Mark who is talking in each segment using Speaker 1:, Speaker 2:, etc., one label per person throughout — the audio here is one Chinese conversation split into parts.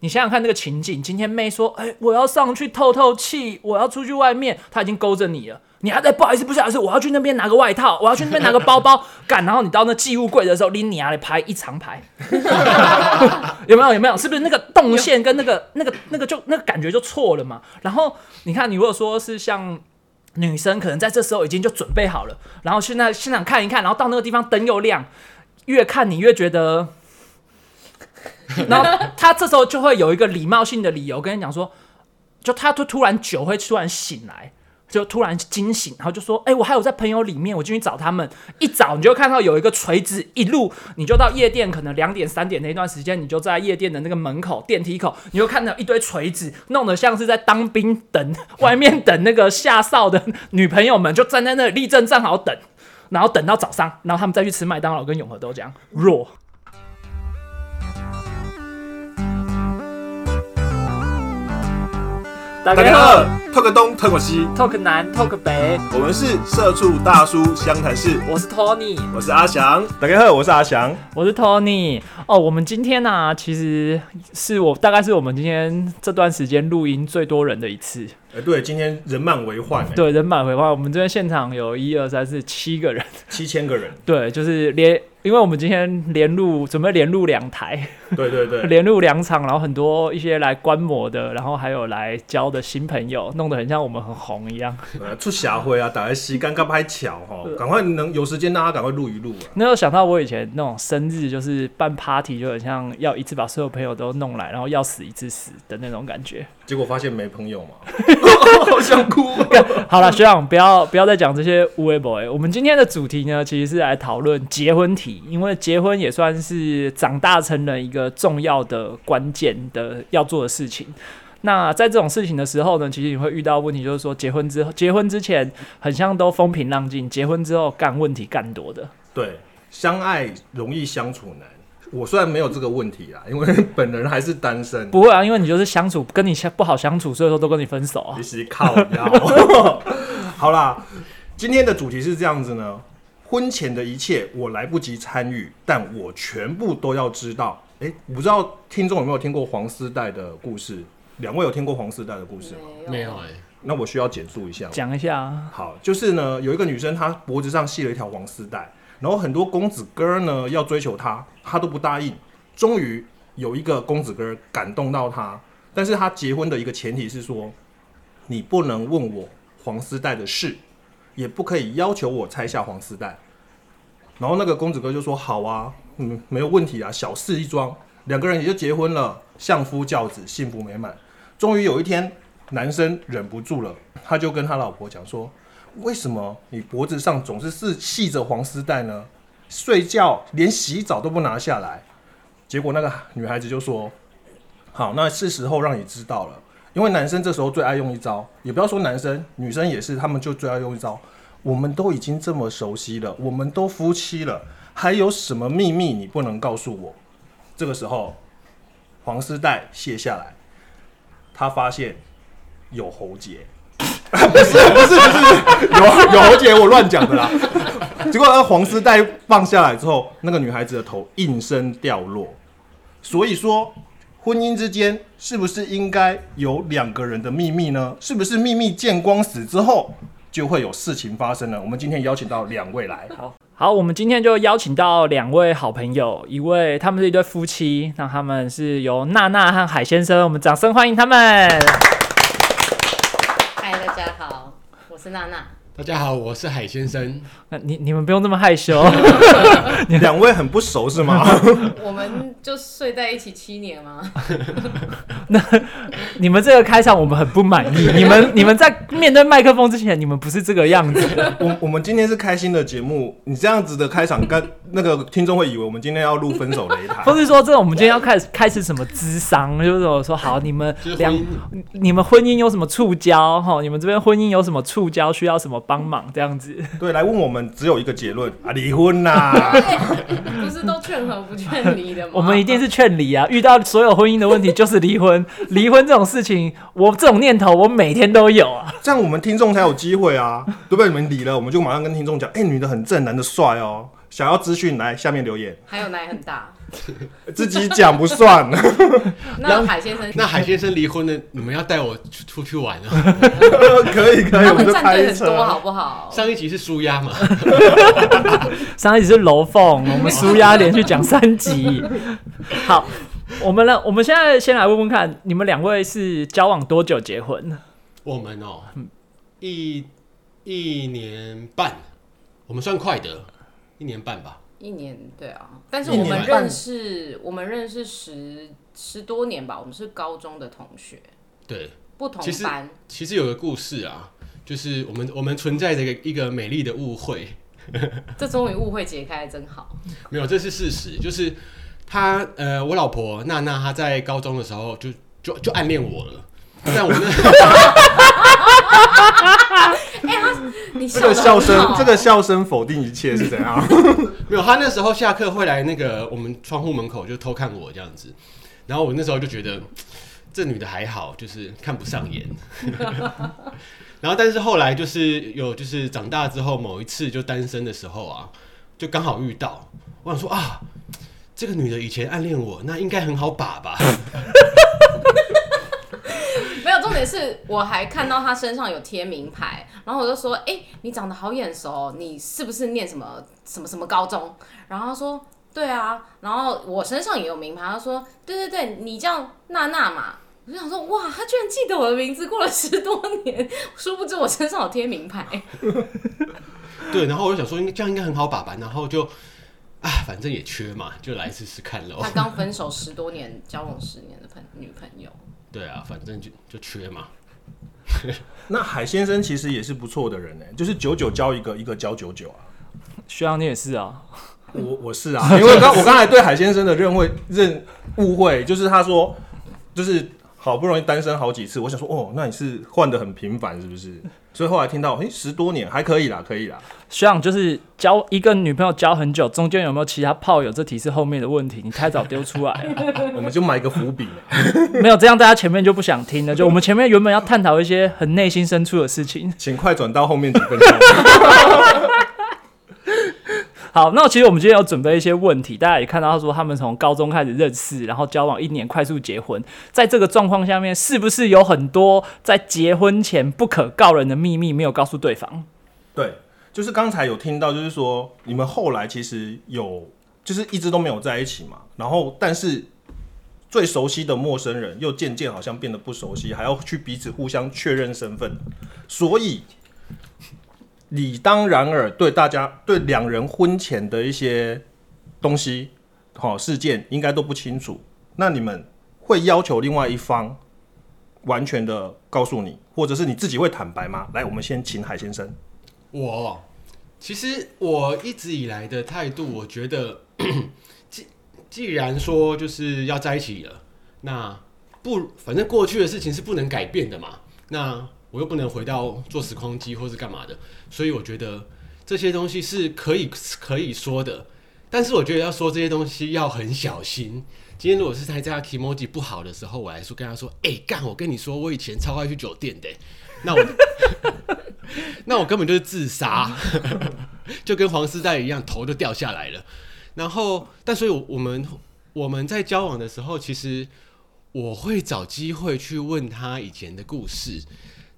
Speaker 1: 你想想看那个情景，今天妹说：“哎、我要上去透透气，我要出去外面。”她已经勾着你了，你还在不好意思，不好意思，我要去那边拿个外套，我要去那边拿个包包，干。然后你到那寄物柜的时候，拎你啊来排一长排， 有没有？有没有？是不是那个动线跟那个那个那个就那个感觉就错了嘛？然后你看，你如果说是像女生，可能在这时候已经就准备好了，然后现在现场看一看，然后到那个地方灯又亮，越看你越觉得，然后他这时候就会有一个礼貌性的理由跟你讲说，就他突突然酒会突然醒来。就突然惊醒，然后就说：“哎、我还有在朋友里面，我进去找他们。”一找你就看到有一个垂直，一路你就到夜店，可能两点三点那段时间，你就在夜店的那个门口电梯口，你就看到一堆垂直，弄得像是在当兵等外面等那个下哨的女朋友们，就站在那里立正站好等，然后等到早上，然后他们再去吃麦当劳跟永和豆浆。弱，大
Speaker 2: 大家好，透个东，透个西，
Speaker 1: ，Talk 南 Talk 北，
Speaker 2: 我们是社畜大叔湘潭市，
Speaker 1: 我是 Tony，
Speaker 2: 我是阿翔。
Speaker 3: 大家好，我是阿翔。
Speaker 1: 我是 Tony。哦，我们今天呢、其实是我大概是我们今天这段时间录音最多人的一次。
Speaker 3: 呃，对，今天人满为患、欸，
Speaker 1: 对，人满为患。我们这边现场有一二三四七个人，
Speaker 3: 七千个人，
Speaker 1: 对，就是连，因为我们今天连录，准备连录两台，
Speaker 3: 对对 对，
Speaker 1: 连录两场，然后很多一些来观摩的，然后还有来交的新朋友，弄得很像我们很红一样。
Speaker 3: 呃出霞会啊，打来西干，刚拍巧哈，赶快能有时间大家赶快录一录啊。
Speaker 1: 那又想到我以前那种生日，就是办 party，就很像要一次把所有朋友都弄来，然后要死一次死的那种感觉。
Speaker 3: 结果发现没朋 友嘛，好想哭。啊
Speaker 1: 好了，学长，不要不要再讲这些无为 boy。我们今天的主题呢，其实是来讨论结婚题，因为结婚也算是长大成人一个重要的关键的要做的事情。那在这种事情的时候呢，其实你会遇到问题，就是说结婚之后，结婚之前很像都风平浪静，结婚之后干问题干多的。
Speaker 3: 对，相爱容易相处难。我虽然没有这个问题啊啦，因为本人还是单身。
Speaker 1: 不会啊，因为你就是相处跟你相不好相处，所以说都跟你分手啊
Speaker 3: 一。起靠腰。 好啦，今天的主题是这样子呢：婚前的一切我来不及参与，但我全部都要知道。诶，我不知道听众有没有听过黄丝带的故事？两位有听过黄丝带的故事吗？
Speaker 4: 没有哎、
Speaker 3: 那我需要简述一下吗。
Speaker 1: 讲一下啊，
Speaker 3: 好，就是呢，有一个女生，她脖子上系了一条黄丝带，然后很多公子哥儿呢要追求她，她都不答应。终于有一个公子哥儿感动到她，但是她结婚的一个前提是说，啊你不能问我黄丝带的事，也不可以要求我拆下黄丝带。然后那个公子哥就说：“好啊，嗯，没有问题啊，小事一桩。”两个人也就结婚了，相夫教子，幸福美满。终于有一天，男生忍不住了， 他就跟他老婆讲说：“为什么你脖子上总是是系着黄丝带呢？睡觉连洗澡都不拿下来。”结果那个女孩子就说：“啊好，那是时候让你知道了。”因为男生这时候最爱用一招，也不要说男生，女生也是，他们就最爱用一招。我们都已经这么熟悉了，我们都夫妻了，还有什么秘密你不能告诉我？这个时候，黄丝带卸下来，他发现有喉结。不是不是不是，有有喉结，我乱讲的啦。 结果那黄丝带放下来之后，那个女孩子的头应声掉落。所以说，婚姻之间是不是应该有两个人的秘密呢？是不是秘密见光死之后就会有事情发生呢？我们今天邀请到两位来，
Speaker 1: 好，我们今天就邀请到两位好朋友，一位他们是一对夫妻，那他们是由娜娜和海先生，我们掌声欢迎他们。
Speaker 5: 嗨，大家好，我是娜娜。
Speaker 4: 大家好，我是海先生。
Speaker 1: 那你你们不用这么害羞，
Speaker 3: 两位很不熟是吗？
Speaker 5: 我们就睡在一起七年吗？
Speaker 1: 你们这个开场我们很不满意。你们 你们在面对麦克风之前，你们不是这个样子 的。
Speaker 3: 我我们今天是开心的节目，你这样子的开场，跟那个听众会以为我们今天要录分手擂 台
Speaker 1: 或。是说，这我们今天要开始开始什么智商，就是我说好，你们
Speaker 4: 就是
Speaker 1: 两
Speaker 4: 婚姻
Speaker 1: 你们婚姻有什么触礁哈？你们这边婚姻有什么触礁，需要什么帮忙这样子？
Speaker 3: 对，来问我们只有一个结论啊，离婚啦、
Speaker 5: 不是都劝和不劝离的吗？
Speaker 1: 我们一定是劝离啊！遇到所有婚姻的问题就是离婚， 离婚这种事情，我这种念头我每天都有啊。
Speaker 3: 这样我们听众才有机会 啊，对不对？你们离了，我们 就马上跟听众讲，哎、女的很正，男的帅哦。想要资讯来下面留言。
Speaker 5: 还有奶很大，
Speaker 3: 自己讲不算。
Speaker 5: 那海先生，
Speaker 4: 那海先生离婚了，你们要带我出出去玩 啊？
Speaker 3: 可以可以，
Speaker 5: 他
Speaker 3: 我们
Speaker 5: 们
Speaker 3: 就
Speaker 5: 战队
Speaker 3: 开
Speaker 5: 很多，
Speaker 3: 车。
Speaker 5: 好
Speaker 3: 啊
Speaker 5: 不好？
Speaker 4: 上一集是舒压嘛？
Speaker 1: 上一集是楼凤，我们苏压连续讲三集。好，我们呢，我们现在先来问问看，你们两位是交往多久结婚？
Speaker 4: 我们哦，一一年半，我们算快的，一年半吧。
Speaker 5: 一年对啊，但是
Speaker 3: 一
Speaker 5: 我
Speaker 3: 年
Speaker 5: 们
Speaker 3: 半
Speaker 5: 认识，我们认识十十多年吧，我们是高中的同学，
Speaker 4: 对，
Speaker 5: 不同
Speaker 4: 其实
Speaker 5: 班。
Speaker 4: 其实有个故事啊，就是我们我们存在着一个一个美丽的误会。
Speaker 5: 这终于误会解开，真 好。
Speaker 4: 没有，这是事实。就是她，呃，我老婆娜娜，她在高中的时候就就就暗恋我了。但我那
Speaker 5: 你
Speaker 3: 这
Speaker 5: 笑
Speaker 3: 个笑
Speaker 5: 得很
Speaker 3: 声
Speaker 5: 好，
Speaker 3: 这个笑声否定一切是怎样？
Speaker 4: 没有，她那时候下课会来那个我们窗户门口就偷看我这样子。然后我那时候就觉得这女的还好，就是看不上眼。 然后但是后来就是有就是长大之后某一次就单身的时候啊，就刚好遇到，我想说啊，这个女的以前暗恋我，那应该很好把吧。
Speaker 5: 没有重点是，我还看到他身上有贴名牌，然后我就说：“哎、你长得好眼熟，你是不是念什么什么什么高中？”然后他说：“对啊。”然后我身上也有名牌，他说：“对对对，你叫娜娜嘛。”我就想说，哇，他居然记得我的名字，过了十多年， 殊不知我身上有贴名 牌。
Speaker 4: 对，然后我就想说，应该这样应该很好把吧，然后就啊，反正也缺嘛，就来试试看喽
Speaker 5: 他。刚分手十多年，交往十年的朋女朋友，
Speaker 4: 对啊，反正就就缺嘛。
Speaker 3: 那海先生其实也是不错的人呢、欸就是九九交一个，一个交九九啊。
Speaker 1: 徐阳，你也是啊。
Speaker 3: 我我是 啊，因为刚我刚才对海先生的认会认误会，就是他说就是好不容易单身好几次，我想说哦，那你是换的很频繁是不是？所以后来听到诶、十多年还可以啦，可以啦。
Speaker 1: 徐阳就是交一个女朋友交很久，中间有没有其他炮友？这题是后面的问题，你太早丢出来了。
Speaker 3: 我们就埋一个伏笔，
Speaker 1: 没有这样，大家前面就不想听了。就我们前面原本要探讨一些很内心深处的事情。
Speaker 3: 请快转到后面几分钟。
Speaker 1: 好，那其实我们今天有准备一些问题，大家也看到他说他们从高中开始认识，然后交往一年，快速结婚。在这个状况下面，是不是有很多在结婚前不可告人的秘密没有告诉对方？
Speaker 3: 对，就是刚才有听到，就是说你们后来其实有，就是一直都没有在一起嘛。然后，但是最熟悉的陌生人又渐渐好像变得不熟悉，还要去彼此互相确认身份，所以理当然尔对大家对两人婚前的一些东西、好、事件应该都不清楚。那你们会要求另外一方完全的告诉你，或者是你自己会坦白吗？来，我们先请海先生。
Speaker 4: 我其实我一直以来的态度，我觉得 既既然说就是要在一起了，那不反正过去的事情是不能改变的嘛，那我又不能回到做时光机或是干嘛的，所以我觉得这些东西是可以可以说的，但是我觉得要说这些东西要很小心。今天如果是他在他 k i m o j i 不好的时候，我来说跟他说，哎、干，我跟你说，我以前超爱去酒店的、 那我那我根本就是自杀，就跟黄丝带一样，头就掉下来了。然后，但所以我我们我们在交往的时候，其实我会找机会去问他以前的故事。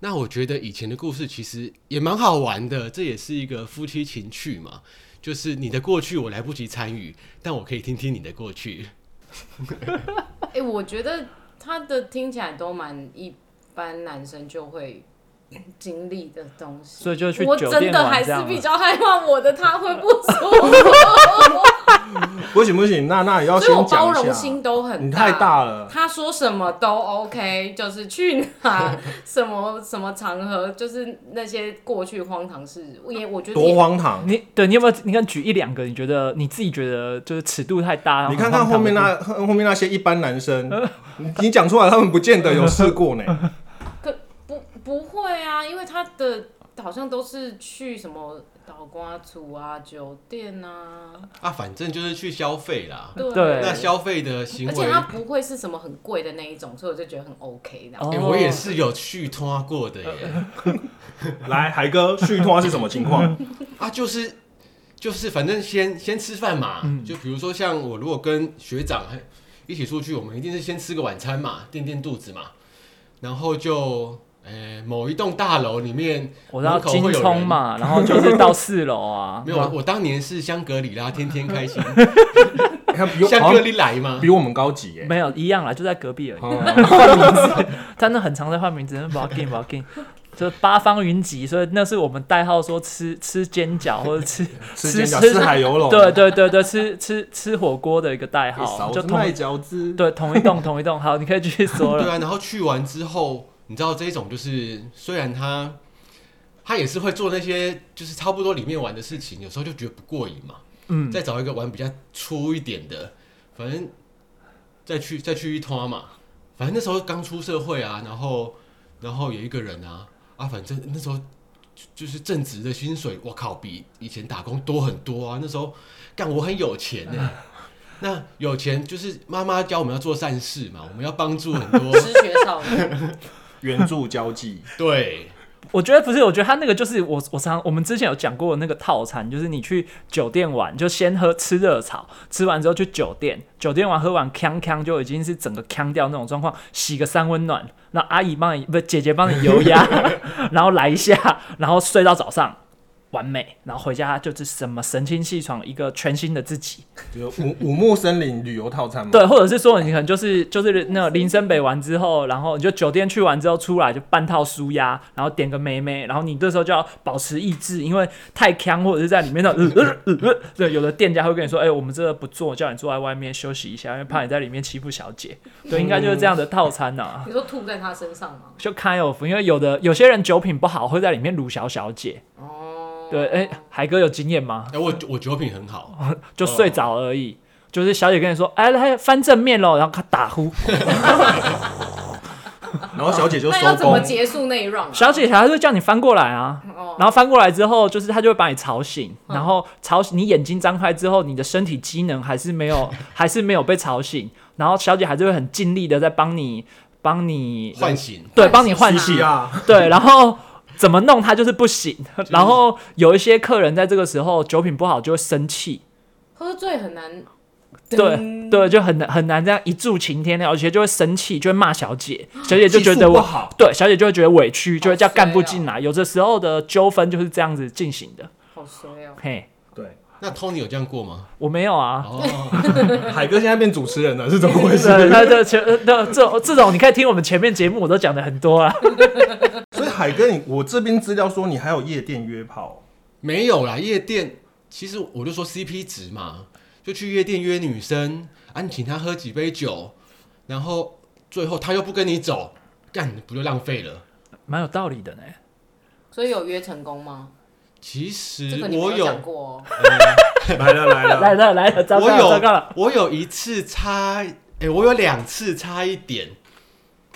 Speaker 4: 那我觉得以前的故事其实也蛮好玩的，这也是一个夫妻情趣嘛。就是你的过去我来不及参与，但我可以听听你的过去。
Speaker 5: 哎、我觉得他的听起来都蛮一般，男生就会经历的东西。
Speaker 1: 所以就去
Speaker 5: 我
Speaker 1: 酒
Speaker 5: 真
Speaker 1: 店
Speaker 5: 的
Speaker 1: 玩
Speaker 5: 还
Speaker 1: 这
Speaker 5: 是
Speaker 1: 样
Speaker 5: 比
Speaker 1: 吗
Speaker 5: 较害怕我的他会不 舒服，
Speaker 3: 不行不行，那那也要
Speaker 5: 所以我
Speaker 3: 先讲
Speaker 5: 包
Speaker 3: 一
Speaker 5: 容
Speaker 3: 下。
Speaker 5: 心都很
Speaker 3: 你太大了
Speaker 5: 他说什么都 OK，就是去 哪什么什么场合，就是那些过去荒唐事，也我觉得
Speaker 3: 多
Speaker 5: 也
Speaker 3: 荒唐！
Speaker 1: 你对你有没有？你看举一两个，你觉得你自己觉得就是尺度太大？然后
Speaker 3: 你看看
Speaker 1: 很
Speaker 3: 后
Speaker 1: 嗯荒唐的嗯
Speaker 3: 面那后面那些一般男生，你你讲出来他们不见得有试过 呢。
Speaker 5: 不不会啊，因为他的好像都是去什么倒瓜组啊、酒店啊，
Speaker 4: 啊，反正就是去消费啦。
Speaker 5: 对。
Speaker 1: 对
Speaker 4: 那消费的行
Speaker 5: 而
Speaker 4: 为，
Speaker 5: 且它不会是什么很贵的那一种，所以我就觉得很 OK 的。
Speaker 1: 哦
Speaker 4: 欸我也是有去拖过的耶。
Speaker 3: 来，海哥，续托是什么情况？
Speaker 4: 啊，就是就是反正先先吃饭嘛，就比如说像我如果跟学长还一起出去，我们一定是先吃个晚餐嘛，垫垫肚子嘛，然后就。诶、某一栋大楼里面，
Speaker 1: 我知道
Speaker 4: 门口会有
Speaker 1: 金
Speaker 4: 人
Speaker 1: 葱嘛，然后就是到四楼啊，
Speaker 4: 没有，我当年是香格里拉，天天开心，
Speaker 3: 你看比我
Speaker 4: 香
Speaker 3: 好
Speaker 4: 格
Speaker 3: 像
Speaker 4: 里来嘛。
Speaker 3: 比我们高级耶、
Speaker 1: 没有一样啦，就在隔壁而已。
Speaker 3: 哦
Speaker 1: 他那很常在换名字，不要 game 不要 game，就是八方云集，所以那是我们代号说吃吃煎饺 或者吃
Speaker 3: 吃煎饺吃海游龙，
Speaker 1: 对对对对，吃吃吃火锅的一个代号，
Speaker 3: 嫂
Speaker 1: 就
Speaker 3: 子
Speaker 1: 同
Speaker 3: 卖饺子，
Speaker 1: 对同一栋同一栋。好，你可以继续说
Speaker 4: 对
Speaker 1: 了。
Speaker 4: 啊，然后去完之后，你知道这一种就是，虽然他他也是会做那些就是差不多里面玩的事情，有时候就觉得不过瘾嘛，
Speaker 1: 嗯，
Speaker 4: 再找一个玩比较粗一点的，反正再去再去一趟嘛。反正那时候刚出社会啊，然后然后有一个人啊啊，反正那时候就就是正职的薪水，我靠，比以前打工多很多啊。那时候干我很有钱呢、那有钱就是妈妈教我们要做善事嘛，我们要帮助很多
Speaker 5: 失学少女，
Speaker 3: 援助交际，
Speaker 4: 对，
Speaker 1: 我觉得不是，我觉得他那个就是我我常我们之前有讲过的那个套餐，就是你去酒店玩，就先喝吃热炒，吃完之后去酒店，酒店玩喝完康康就已经是整个康掉那种状况，洗个三温暖，那阿姨帮你不是姐姐帮你油压，然后来一下，然后睡到早上。完美，然后回家就是什么神清气爽，一个全新的自己。
Speaker 3: 就是五五木森林旅游套餐嘛。
Speaker 1: 对，或者是说你可能就是就是那个林森北完之后，然后你就酒店去完之后出来就半套舒压，然后点个妹妹，然后你这时候就要保持意志，因为太强或者是在里面的、呃呃呃呃对，有的店家会跟你说，哎、我们这个不做，叫你坐在外面休息一下，因为怕你在里面欺负小姐。对，应该就是这样的套餐呐、
Speaker 5: 你说吐在他身上吗？
Speaker 1: 就 kind of，因为有的有些人酒品不好，会在里面撸小小姐。
Speaker 5: 哦，
Speaker 1: 对，哎、海哥有经验吗？
Speaker 4: 哎、我我酒品很好，
Speaker 1: 就睡着而已。就是小姐跟你说，哎，来翻正面喽，然后咔打呼，
Speaker 3: 然后小姐就
Speaker 5: 那
Speaker 3: 收
Speaker 5: 要怎么
Speaker 3: 工，
Speaker 5: 结束那一 round？啊
Speaker 1: 小姐还会叫你翻过来啊。
Speaker 5: 哦，
Speaker 1: 然后翻过来之后，就是他就会把你吵醒，然后吵醒你眼睛张开之后，你的身体机能还是没有，还是没有被吵醒，然后小姐还是会很尽力的在帮你，帮你
Speaker 4: 唤醒。
Speaker 1: 对，帮你换
Speaker 5: 换
Speaker 1: 洗
Speaker 5: 洗
Speaker 3: 是啊，
Speaker 1: 对，然后怎么弄他就是不行，然后有一些客人在这个时候酒品不好就会生气，
Speaker 5: 喝醉很难。
Speaker 1: 对对，就很难很难这样一柱擎天的，而且就会生气，就会骂小姐，小姐就觉
Speaker 3: 技
Speaker 1: 得
Speaker 3: 术不
Speaker 1: 我
Speaker 3: 好，
Speaker 1: 对，小姐就会觉得委屈，就会叫
Speaker 5: 好衰
Speaker 1: 干部
Speaker 5: 哦
Speaker 1: 进来，有的时候的纠纷就是这样子进行的，
Speaker 5: 好衰哦！
Speaker 1: 嘿。
Speaker 3: 对，
Speaker 4: 那 Tony 有这样过吗？
Speaker 1: 我没有 啊，
Speaker 4: 哦，
Speaker 3: 海哥现在变主持人了，是怎么回
Speaker 1: 对，
Speaker 3: 事？
Speaker 1: 那这前呃那这种这种，你可以听我们前面节目，我都讲的很多啊。
Speaker 3: 所以海哥你，我这边资料说你还有夜店约炮，
Speaker 4: 没有啦，夜店其实我就说 CP 值嘛，就去夜店约女生，啊，你请她喝几杯酒，然后最后她又不跟你走，干不就浪费了？
Speaker 1: 蛮有道理的呢。
Speaker 5: 所以有约成功吗？
Speaker 4: 其实
Speaker 3: 嗯
Speaker 5: 这个你
Speaker 4: 我
Speaker 5: 没
Speaker 4: 有，
Speaker 5: 讲过哦。
Speaker 3: 来了来
Speaker 1: 来
Speaker 3: 了，
Speaker 1: 了来了，糟糕
Speaker 4: 我
Speaker 1: 了糟糕了。
Speaker 4: 有，我有一次差，哎、我有两次差一点，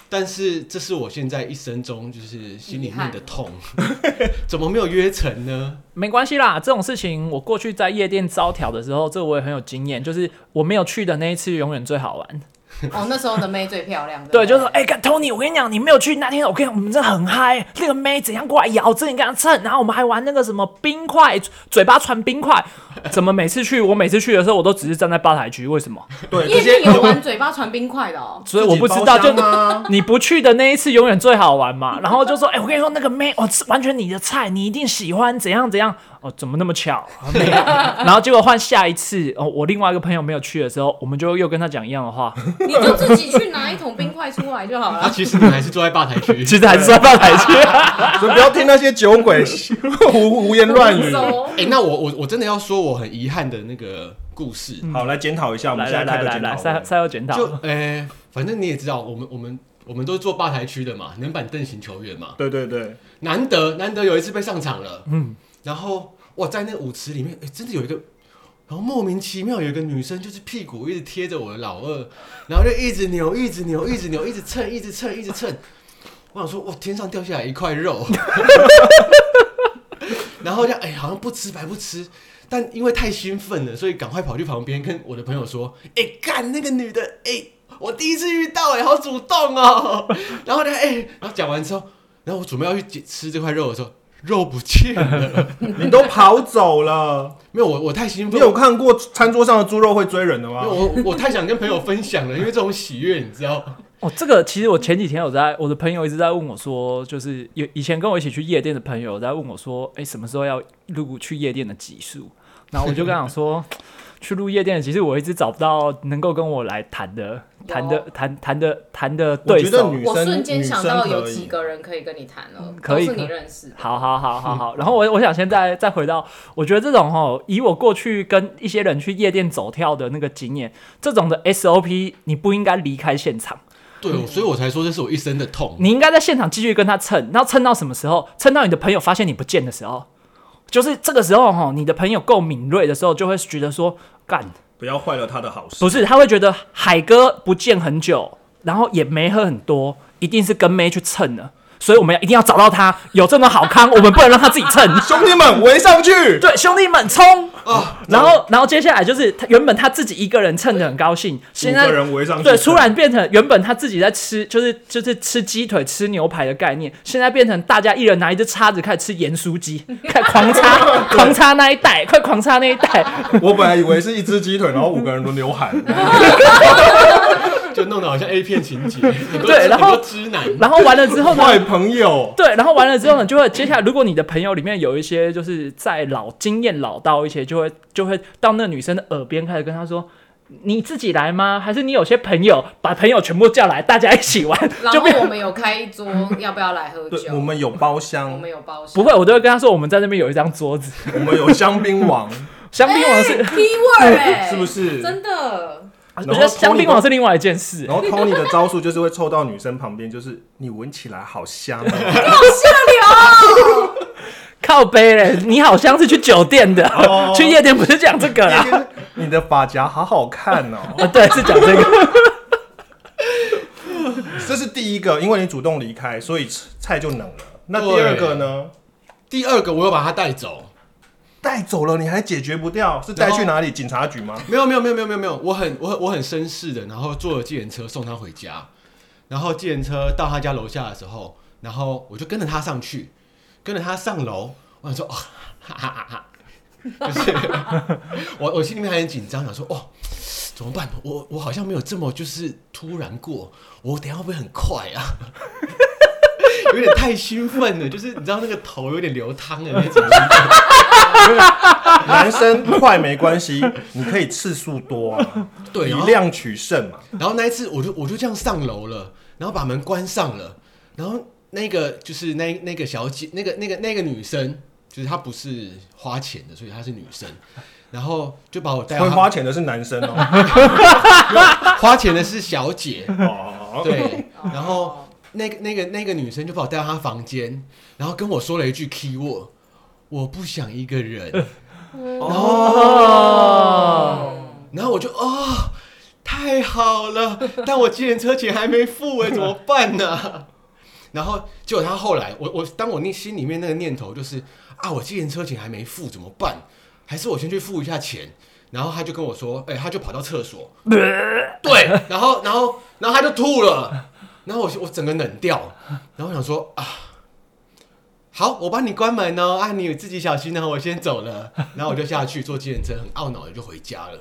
Speaker 4: 但是这是我现在一生中就是心里面的痛， 怎么没有约成呢？
Speaker 1: 没关系啦，这种事情我过去在夜店招条的时候，这我也很有经验，就是我没有去的那一次永远最好玩。
Speaker 5: 哦，那时候的妹最漂亮。
Speaker 1: 对，
Speaker 5: 不
Speaker 1: 就是说，哎、干 Tony，我跟你讲，你没有去那天，我跟你讲，我们真的很嗨，那个妹怎样过来咬，这你跟她蹭，然后我们还玩那个什么冰块，嘴巴传冰块。怎么每次去，我每次去的时候，我都只是站在吧台区，为什么？
Speaker 3: 对，这
Speaker 5: 夜
Speaker 3: 些
Speaker 5: 店有玩嘴巴传冰块的哦。
Speaker 1: 所以我不知道，
Speaker 3: 自
Speaker 1: 就
Speaker 3: 己包厢啊
Speaker 1: 你不去的那一次永远最好玩嘛。然后就说，哎、我跟你说那个妹，哦，是完全你的菜，你一定喜欢，怎样怎样。哦，怎么那么巧？啊没有然后结果换下一次，哦，我另外一个朋友没有去的时候，我们就又跟他讲一样的话，
Speaker 5: 你就自己去拿一桶冰块出来就好
Speaker 4: 啊，
Speaker 5: 了。
Speaker 4: 其实你还是坐在吧台 区，
Speaker 1: 其实还是要到台去。
Speaker 3: 所以不要听那些酒鬼胡胡言乱语。
Speaker 5: 收
Speaker 4: 哎、那我我我真的要说我很遗憾的那个故事，
Speaker 3: 好，来检讨一下，我们
Speaker 1: 来
Speaker 3: 现在
Speaker 1: 来来
Speaker 3: 开个
Speaker 1: 来
Speaker 3: 检
Speaker 1: 来，
Speaker 3: 讨
Speaker 1: 赛
Speaker 3: 会。
Speaker 1: 赛后检讨
Speaker 4: 就。哎、反正你也知道，我们我们我们都是做吧台区的嘛，能板凳型球员嘛，
Speaker 3: 对对对，
Speaker 4: 难得难得有一次被上场了，嗯，然后哇，在那个舞池里面，哎、真的有一个，然后莫名其妙有一个女生就是屁股一直贴着我的老二，然后就一直扭，一直扭，一直扭，一直蹭，一直蹭，一直蹭，我想说，哇，天上掉下来一块肉， 然后就哎、好像不吃白不吃。但因为太兴奋了，所以赶快跑去旁边跟我的朋友说：“哎、干那个女的，哎、我第一次遇到、哎，好 主动哦。”然后呢，哎、然后讲完之后，然后我准备要去解吃这块肉的时候，肉不见了。
Speaker 3: 你都跑走了。
Speaker 4: 没有，我我太兴
Speaker 3: 你
Speaker 4: 奋，
Speaker 3: 有看过餐桌上的猪肉会追人的
Speaker 4: 因
Speaker 3: 吗
Speaker 4: 为？我我太想跟朋友分享了，因为这种喜悦，你知道，
Speaker 1: 哦，这个其实我前几天有在我的朋友一直在问我说，就是有以前跟我一起去夜店的朋友在问我说，哎、什么时候要录去夜店的集数？然后我就跟他讲说， 去录夜店的集数，我一直找不到能够跟我来谈的谈的谈谈的谈的
Speaker 3: 我
Speaker 1: 对
Speaker 3: 觉得
Speaker 1: 手。
Speaker 3: 女
Speaker 5: 我
Speaker 3: 生
Speaker 5: 瞬
Speaker 3: 女
Speaker 5: 间
Speaker 3: 生
Speaker 5: 想到有
Speaker 3: 可
Speaker 5: 几
Speaker 3: 以。
Speaker 5: 个人可以跟你谈了，
Speaker 1: 嗯可以
Speaker 5: 都是你
Speaker 1: 可
Speaker 5: 认识的。
Speaker 1: 好好好好
Speaker 3: 嗯
Speaker 1: 好，然后我我想现在再回到，我觉得这种吼，以我过去跟一些人去夜店走跳的那个经验，这种的 SOP 你不应该离开现场。
Speaker 4: 对，所以我才说这是我一生的痛。
Speaker 1: 你应该在现场继续跟他蹭，然后蹭到什么时候？蹭到你的朋友发现你不见的时候，就是这个时候哈，你的朋友够敏锐的时候，就会觉得说干
Speaker 3: 不要坏了他的好事
Speaker 1: 不。是，他会觉得海哥不见很久，然后也没喝很多，一定是跟妹去蹭了，所以我们要一定要找到他，有这种好康，我们不能让他自己蹭。
Speaker 3: 兄弟们围上去！
Speaker 1: 对，兄弟们冲！然后，然后接下来就是他原本他自己一个人蹭的很高兴，现在
Speaker 3: 五个人围上去
Speaker 1: 对，
Speaker 3: 蹭
Speaker 1: 突然变成原本他自己在吃，就是就是吃鸡腿、吃牛排的概念，现在变成大家一人拿一只叉子开始吃盐酥 鸡，开始狂插狂插那一袋，快狂插那一袋，
Speaker 3: 我本来以为是一只鸡腿，然后五个人轮流喊。
Speaker 4: 就弄得好像 A 片情节，很多
Speaker 1: 对
Speaker 4: 很
Speaker 1: 然后
Speaker 4: 多直男，
Speaker 1: 然后完了之后呢？
Speaker 3: 坏朋友，
Speaker 1: 对，然后完了之后呢，就会接下来，如果你的朋友里面有一些就是在老经验老到一些，就会就会到那女生的耳边开始跟她说。你自己来吗？还是你有些朋友把朋友全部叫来，大家一起玩？
Speaker 5: 然
Speaker 1: 就
Speaker 5: 后
Speaker 1: 变
Speaker 5: 我们有开一桌，要不要来喝
Speaker 3: 对，
Speaker 5: 酒？
Speaker 3: 我们有包
Speaker 5: 我
Speaker 3: 厢，
Speaker 5: 们有包厢，
Speaker 1: 不会，我都会跟她说，我们在那边有一张桌子。
Speaker 3: 我们有香槟王，
Speaker 1: 香槟王是，
Speaker 5: keyword 哎，
Speaker 3: 是不是？
Speaker 5: 真的？
Speaker 1: 啊我
Speaker 3: 然后
Speaker 1: 觉得香
Speaker 3: Tony
Speaker 1: 槟
Speaker 3: 都
Speaker 1: 王是另外一件事
Speaker 3: 然。后 Tony 的招数就是会凑到女生旁边，就是你闻起来好香哦、
Speaker 1: 靠背嘞，你好像是去酒店的，
Speaker 3: 哦
Speaker 1: 去夜店不是讲这个啦？
Speaker 3: 你的发夹好好看哦、
Speaker 1: 啊，对，是讲这个。
Speaker 3: 这是第一个，因为你主动离开，所以菜就冷了。那第二个呢？
Speaker 4: 第二个我又把他带走，
Speaker 3: 带走了你还解决不掉，是带去哪里？警察局 吗？
Speaker 4: 没有没有没有没有没有没有，我很我很我很绅士的，然后坐了计程车送他回家，然后计程车到他家楼下的时候，然后我就跟着他上去，跟着他上楼，我想说哦， 哈哈哈哈，就是 我我心里面还很紧张，想说哦。怎么办？我我好像没有这么就是突然过，我等一下会不会很快啊？ 有点太兴奋了，就是你知道那个头有点流汤的那种。
Speaker 3: 男生快没关系，你可以次数多啊，
Speaker 4: 对，
Speaker 3: 以
Speaker 4: 然后
Speaker 3: 量取胜嘛。
Speaker 4: 然后那一次我就我就这样上楼了，然后把门关上了，然后那个就是那那个小姐，那个那个那个女生，就是她不是花钱的，所以她是女生，然后就把我带
Speaker 3: 会
Speaker 4: 到
Speaker 3: 花钱的是男生哦、
Speaker 4: 花钱的是小姐，
Speaker 3: 哦，
Speaker 4: 对，然后那个那个那个女生就把我带到她房间，然后跟我说了一句 key word，我不想一个人，
Speaker 1: 哦，
Speaker 4: 然后我就哦。太好了，但我计程车钱还没付哎，怎么办呢、 然后结果他后来，我我当我那心里面那个念头就是啊，我计程车钱还没付怎么办？还是我先去付一下钱？然后他就跟我说，哎、他就跑到厕所，对，然后然后然后他就吐了，然后我我整个冷掉，然后我想说啊，好，我帮你关门哦，啊，你自己小心哦，我先走了，然后我就下去坐计程车，很懊恼的就回家了。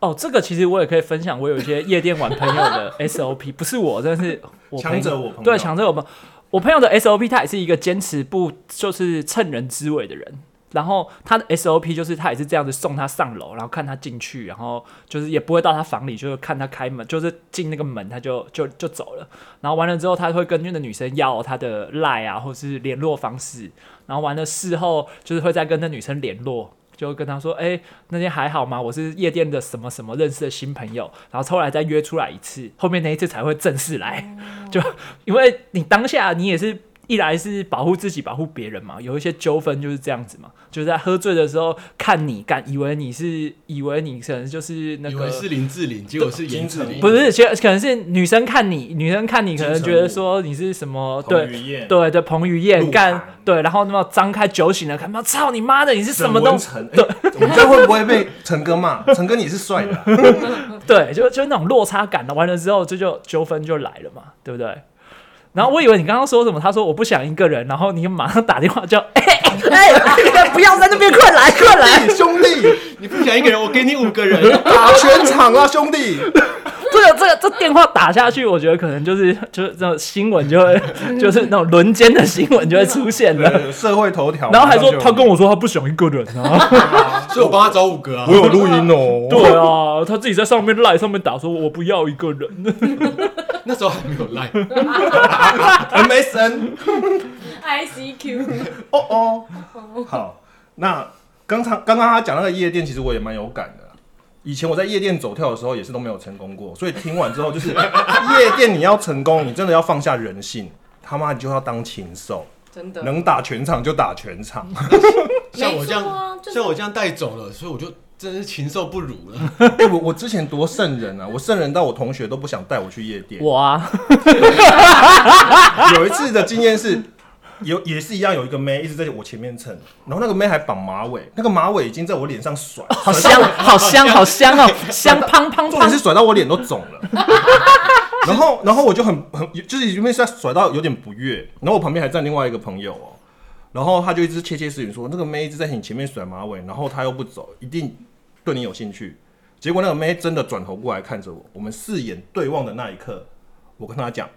Speaker 1: 哦，这个其实我也可以分享，我有一些夜店玩朋友的 SOP，不是我，真的是我朋友
Speaker 3: 强者我朋友
Speaker 1: 对强者我朋友我朋友的 SOP，他也是一个坚持不就是趁人之危的人。然后他的 SOP 就是他也是这样子送他上楼，然后看他进去，然后就是也不会到他房里，就是看他开门，就是进那个门他就就就走了。然后完了之后，他会跟那个女生要他的赖啊，或是联络方式。然后完了事后就是会再跟那女生联络，就跟她说：“哎、那天还好吗？我是夜店的什么什么认识的新朋友。”然后后来再约出来一次，后面那一次才会正式来。就因为你当下你也是一来是保护自己、保护别人嘛，有一些纠纷就是这样子嘛，就是在喝醉的时候看你干，以为你是以为你可能就是那
Speaker 4: 以
Speaker 1: 个
Speaker 4: 为是林志玲，结果是严
Speaker 3: 金
Speaker 4: 志
Speaker 3: 志
Speaker 4: 玲，
Speaker 3: 玲
Speaker 1: 不是，其实可能是女生看你，女生看你可能觉得说你是什么，
Speaker 3: 彭于
Speaker 1: 对
Speaker 3: 晏
Speaker 1: 对对，彭于
Speaker 3: 鹿
Speaker 1: 晏
Speaker 3: 晗
Speaker 1: 干对，然后那么张开酒醒了，看妈操你妈的，你是什么
Speaker 3: 东
Speaker 1: 东
Speaker 3: 西？对，哎我们这样会不会被陈哥骂？陈哥你是帅的啊、
Speaker 1: 对，就就那种落差感的，完了之后这就纠纷就来了嘛，对不对？然后我以为你刚刚说什么，他说我不想一个人，然后你马上打电话 叫，哎哎哎，不要在那边，快来快来！
Speaker 3: 兄 弟，
Speaker 4: 你不想一个人，我给你五个人。
Speaker 3: 打全场啊，兄弟！
Speaker 1: 这个这个这电话打下去，我觉得可能就是就是这种新闻就会 就是那种轮奸的新闻就会出现了。
Speaker 3: 对社会头条，
Speaker 1: 然后还说
Speaker 3: 马上就
Speaker 1: 他跟我说他不想一个人啊，
Speaker 4: 所以我帮他找五个啊
Speaker 3: 我。有录音哦，
Speaker 1: 对啊，他自己在上面赖上面打说我不要一个人，
Speaker 4: 那时候还没有 Line，
Speaker 3: ，MSN，
Speaker 5: I C Q，
Speaker 3: 哦哦，好，那刚才刚刚他讲那个夜店，其实我也蛮有感的啦。以前我在夜店走跳的时候，也是都没有成功过，所以听完之后，就是 夜店你要成功，你真的要放下人性，他妈你就要当禽兽，
Speaker 5: 真的，
Speaker 3: 能打全场就打全场。
Speaker 4: 像我这
Speaker 5: 没错啊
Speaker 4: 样，
Speaker 5: 就是
Speaker 4: 像我这样带走了，所以我就真是禽兽不如了。
Speaker 3: 哎、我我之前多圣人啊，我圣人到我同学都不想带我去夜店。
Speaker 1: 我啊，
Speaker 3: 有一次的经验是，有也是一样，有一个妹一直在我前面蹭，然后那个妹还绑马尾，那个马尾已经在我脸上甩，
Speaker 1: 好香好香好香哦， 香胖胖
Speaker 3: 重点
Speaker 1: 胖
Speaker 3: 是，甩到我脸都肿了。然后，然后我就很很就是因为在甩到有点不悦，然后我旁边还站另外一个朋友哦，然后他就一直窃窃私语说那个妹一直在你前面甩马尾，然后他又不走，一定对你有兴趣。结果那个妹真的转头过来看着我，我们四眼对望的那一刻，我跟她讲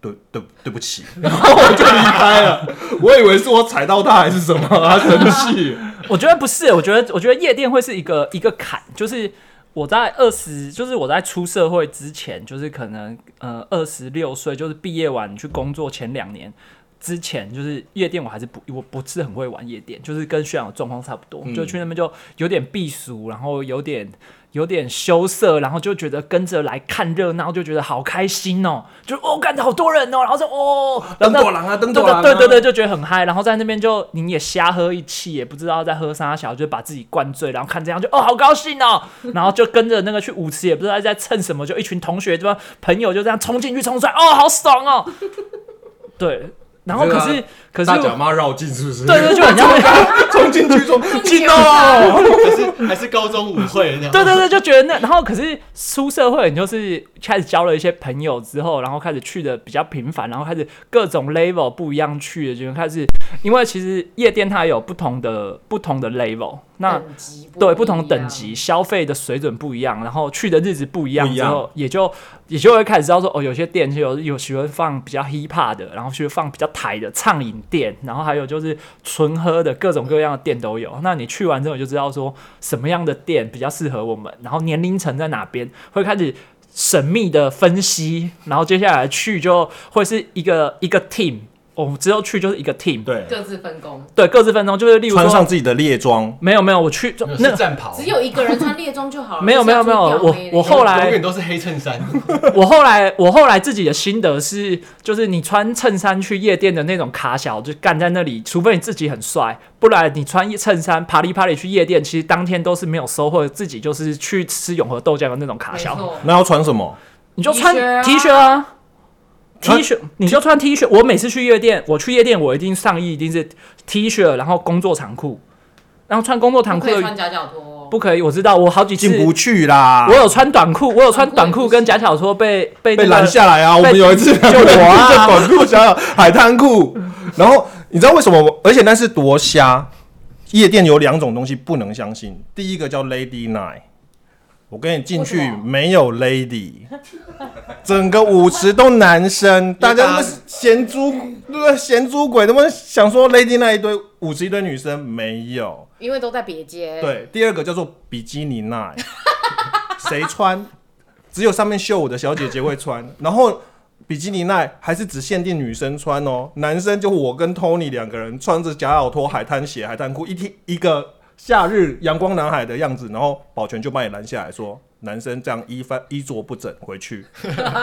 Speaker 3: 对对对对不起，然后我就离开了。我以为是我踩到她还是什么，她生气。
Speaker 1: 我觉得不是，我觉得我觉得夜店会是一个一个坎，就是我在二十，就是我在出社会之前，就是可能呃二十六岁，就是毕业完去工作前两年。之前就是夜店，我还是不我不是很会玩夜店，就是跟学长的状况差不多，
Speaker 3: 嗯
Speaker 1: 就去那边就有点避俗，然后有点有点羞涩，然后就觉得跟着来看热闹，就觉得好开心哦，就哦，感觉好多人哦，然后说哦，然后
Speaker 3: 灯
Speaker 1: 那
Speaker 3: 朵郎啊，灯
Speaker 1: 对
Speaker 3: 朵郎、
Speaker 1: 对
Speaker 3: 啊，
Speaker 1: 对对对，就觉得很嗨，然后在那边就你也瞎喝一气，也不知道在喝啥小，就把自己灌醉，然后看这样就哦好高兴哦， 然后就跟着那个去舞池，也不知道在蹭什么，就一群同学就朋友就这样冲进去冲出来，哦好爽哦，对，然后可
Speaker 3: 你
Speaker 1: 是
Speaker 3: 知
Speaker 1: 可是
Speaker 3: 大脚妈绕境是不是？
Speaker 1: 对对就很 像那个
Speaker 3: 冲进去说
Speaker 5: 进
Speaker 3: 哦，
Speaker 4: 还是还是高中舞会那样。
Speaker 1: 对对对，就觉得那然后可是出社会，你就是开始交了一些朋友之后，然后开始去的比较频繁，然后开始各种 level 不一样去的，就开始因为其实夜店它有不同的不同的 level，那。
Speaker 5: 等级
Speaker 1: 对
Speaker 5: 一
Speaker 1: 不同等
Speaker 5: 样
Speaker 1: 级消费的水准不一样，然后去的日子不一样
Speaker 3: 不一
Speaker 1: 之
Speaker 3: 样
Speaker 1: 后，也就也就会开始知道说，哦，有些店就有有喜欢放比较 hip hop 的，然后喜欢放比较台的畅饮店，然后还有就是纯喝的各种各样的店都有。那你去完之后，你就知道说什么样的店比较适合我们，然后年龄层在哪边，会开始。缜密的分析，然后接下来去就会是一个一个 team，我们之后去就是一个 team，
Speaker 3: 对，
Speaker 5: 各自分工，
Speaker 1: 对，各自分钟，就是例如
Speaker 3: 穿上
Speaker 1: 说，
Speaker 3: 自己的猎装，
Speaker 1: 没有没有，我去就
Speaker 4: 没有
Speaker 1: 那
Speaker 4: 是战袍，
Speaker 5: 只有一个人穿猎装就好了。
Speaker 1: 没有
Speaker 5: 不是要
Speaker 1: 没有
Speaker 5: 出
Speaker 1: 没有
Speaker 5: 吊威的
Speaker 1: 我后来
Speaker 4: 永远都是黑衬衫。
Speaker 1: 我后来，我后来自己的心得是，就是你穿衬衫去夜店的那种卡小，就干在那里，除非你自己很帅，不然你穿衬衫啪里啪里去夜店，其实当天都是没有收获，自己就是去吃永和豆浆的那种卡
Speaker 5: 没
Speaker 1: 小，
Speaker 5: 错，
Speaker 3: 那要穿什么？
Speaker 1: 你就穿 T
Speaker 5: T
Speaker 1: 恤
Speaker 5: 恤
Speaker 1: 啊。T
Speaker 3: 穿
Speaker 1: 恤，你就穿 T 恤。我每次去夜店，我去夜店，我一定上衣一定是 T 恤，然后工作长裤，然后穿工作长
Speaker 5: 不
Speaker 1: 裤
Speaker 5: 可以
Speaker 1: 的
Speaker 5: 穿夹脚拖，
Speaker 1: 不可以。我知道，我好几次
Speaker 3: 进不去啦
Speaker 1: 我，有穿短裤，我有穿短
Speaker 5: 短裤也
Speaker 1: 裤
Speaker 5: 不
Speaker 1: 跟
Speaker 5: 行
Speaker 1: 假小说被被那
Speaker 3: 被
Speaker 1: 个
Speaker 3: 拦下来啊！ 我
Speaker 1: 被
Speaker 3: 们有一次
Speaker 1: 就我啊
Speaker 3: 在短裤想想海滩裤，然后你知道为什么我？而且那是多瞎。夜店有两种东西不能相信，第一个叫 Lady Night，我跟你进
Speaker 5: 为
Speaker 3: 去
Speaker 5: 什么
Speaker 3: 没有 Lady，整个舞池都男 生，大家
Speaker 4: 大
Speaker 3: 都
Speaker 4: 家
Speaker 3: 是咸猪，对不对？咸猪鬼，他们想说 Lady Night 一堆舞池一堆女生没有。
Speaker 5: 因为都在别街。，
Speaker 3: 对，第二个叫做比基尼奈， 谁穿？只有上面秀舞的小姐姐会穿，然后比基尼奈还是只限定女生穿哦，男生就我跟 Tony 两个人穿着假脚拖、海滩鞋、海滩裤，一天一个夏日阳光男孩的样子，然后保全就把你拦下来说，男生这样衣翻衣着不整回去，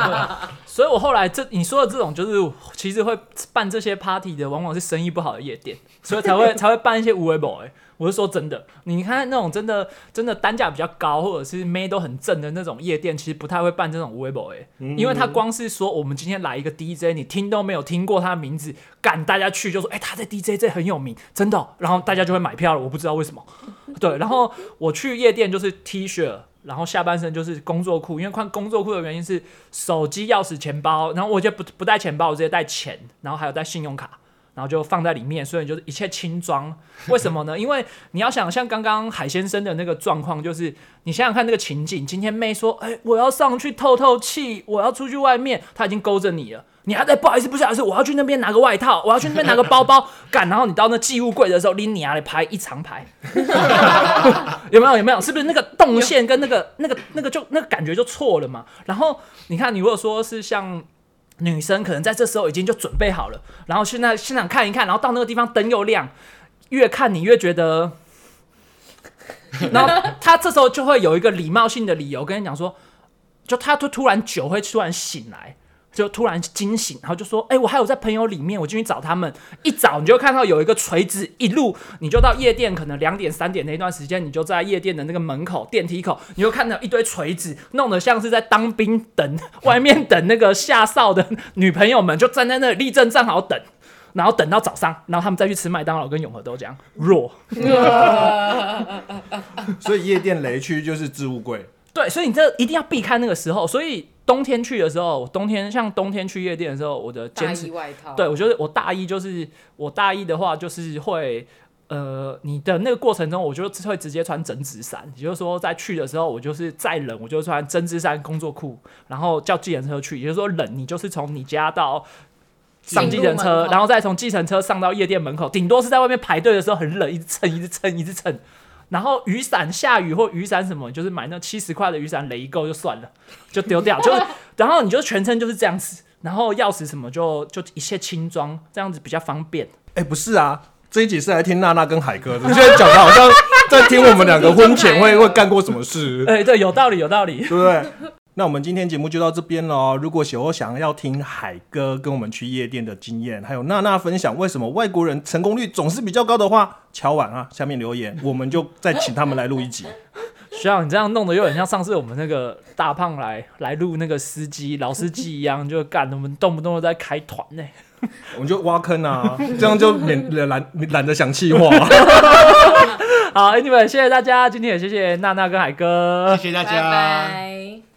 Speaker 1: 所以我后来这你说的这种，就是其实会办这些 party 的，往往是生意不好的夜店，所以才会 才会办一些无为 boy。我是说真的，你看那种真的真的单价比较高，或者是妹都很正的那种夜店，其实不太会办这种无为 boy，、因为他光是说我们今天来一个 DJ，你听都没有听过他的名字，赶大家去就说，哎、他在 DJ 这很有名，真的哦、然后大家就会买票了，我不知道为什么。对，然后我去夜店就是 T 恤、然后下半身就是工作裤，因为换工作裤的原因是手机、钥匙、钱包，然后我就不不带钱包，我直接带钱，然后还有带信用卡，然后就放在里面，所以就是一切轻装。为什么呢？因为你要想像刚刚海先生的那个状况，就是你想想看那个情景，今天妹说，哎、我要上去透透气，我要出去外面，她已经勾着你了。你还在不好意思，不好意思，我要去那边拿个外套，我要去那边拿个包包，干，然后你到那寄物柜的时候，拎你啊来排一长排，有没有？有没有？是不是那个动线跟那个、那个、那个就那个感觉就错了嘛？然后你看，你如果说是像女生，可能在这时候已经就准备好了，然后现在现场看一看，然后到那个地方灯又亮，越看你越觉得，然后他这时候就会有一个礼貌性的理由跟你讲说，就他就突然酒会突然醒来。就突然惊醒，然后就说：“哎、我还有在朋友里面，我进去找他们。”一找你就看到有一个锤子，一路你就到夜店，可能两点三点那段时间，你就在夜店的那个门口电梯口，你就看到一堆锤子，弄得像是在当兵等外面等那个下哨的女朋友们，就站在那里立正站好等，然后等到早上，然后他们再去吃麦当劳跟永和豆浆。弱
Speaker 3: 所以夜店雷区就是置物柜，
Speaker 1: 对，所以你这一定要避开那个时候。所以冬天去的时候，冬天像冬天去夜店的时候，我的
Speaker 5: 大
Speaker 1: 坚持
Speaker 5: 衣外套，
Speaker 1: 对，我觉得我大一就是我大一的话，就是会呃，你的那个过程中，我就会直接穿针织衫，也就是说，在去的时候，我就是再冷，我就穿针织衫、工作裤，然后叫计程车去。也就是说，冷你就是从你家到。上计程
Speaker 5: 进入门
Speaker 1: 车，
Speaker 5: 口
Speaker 1: 然后再从计程车上到夜店门口，顶多是在外面排队的时候很冷，一直蹭，一直蹭，一直蹭。然后雨伞下雨或雨伞什么，就是买那七十块的雨伞雷一够就算了， 就丢掉，就是然后你就全身就是这样子，然后钥匙什么就就一切轻装，这样子比较方便。
Speaker 3: 哎、不是啊，这一集是来听娜娜跟海哥的，你现在讲的好像在听我们两个婚前会会干过什么事，
Speaker 1: 哎、对，有道理，有道理。
Speaker 3: 对不对？那我们今天节目就到这边喽。如果小欧想要听海哥跟我们去夜店的经验，还有娜娜分享为什么外国人成功率总是比较高的话，敲碗啊，下面留言，我们就再请他们来录一集。
Speaker 1: 学长，你这样弄得有点像上次我们那个大胖来来录那个司机老司机一样，就干我们动不动就在开团呢、
Speaker 3: 我们就挖坑啊，这样就免懒懒得想气话、
Speaker 1: 好，anyway，谢谢大家，今天也谢谢娜娜跟海哥，
Speaker 4: 谢谢大
Speaker 5: 拜
Speaker 4: 家。
Speaker 5: 拜。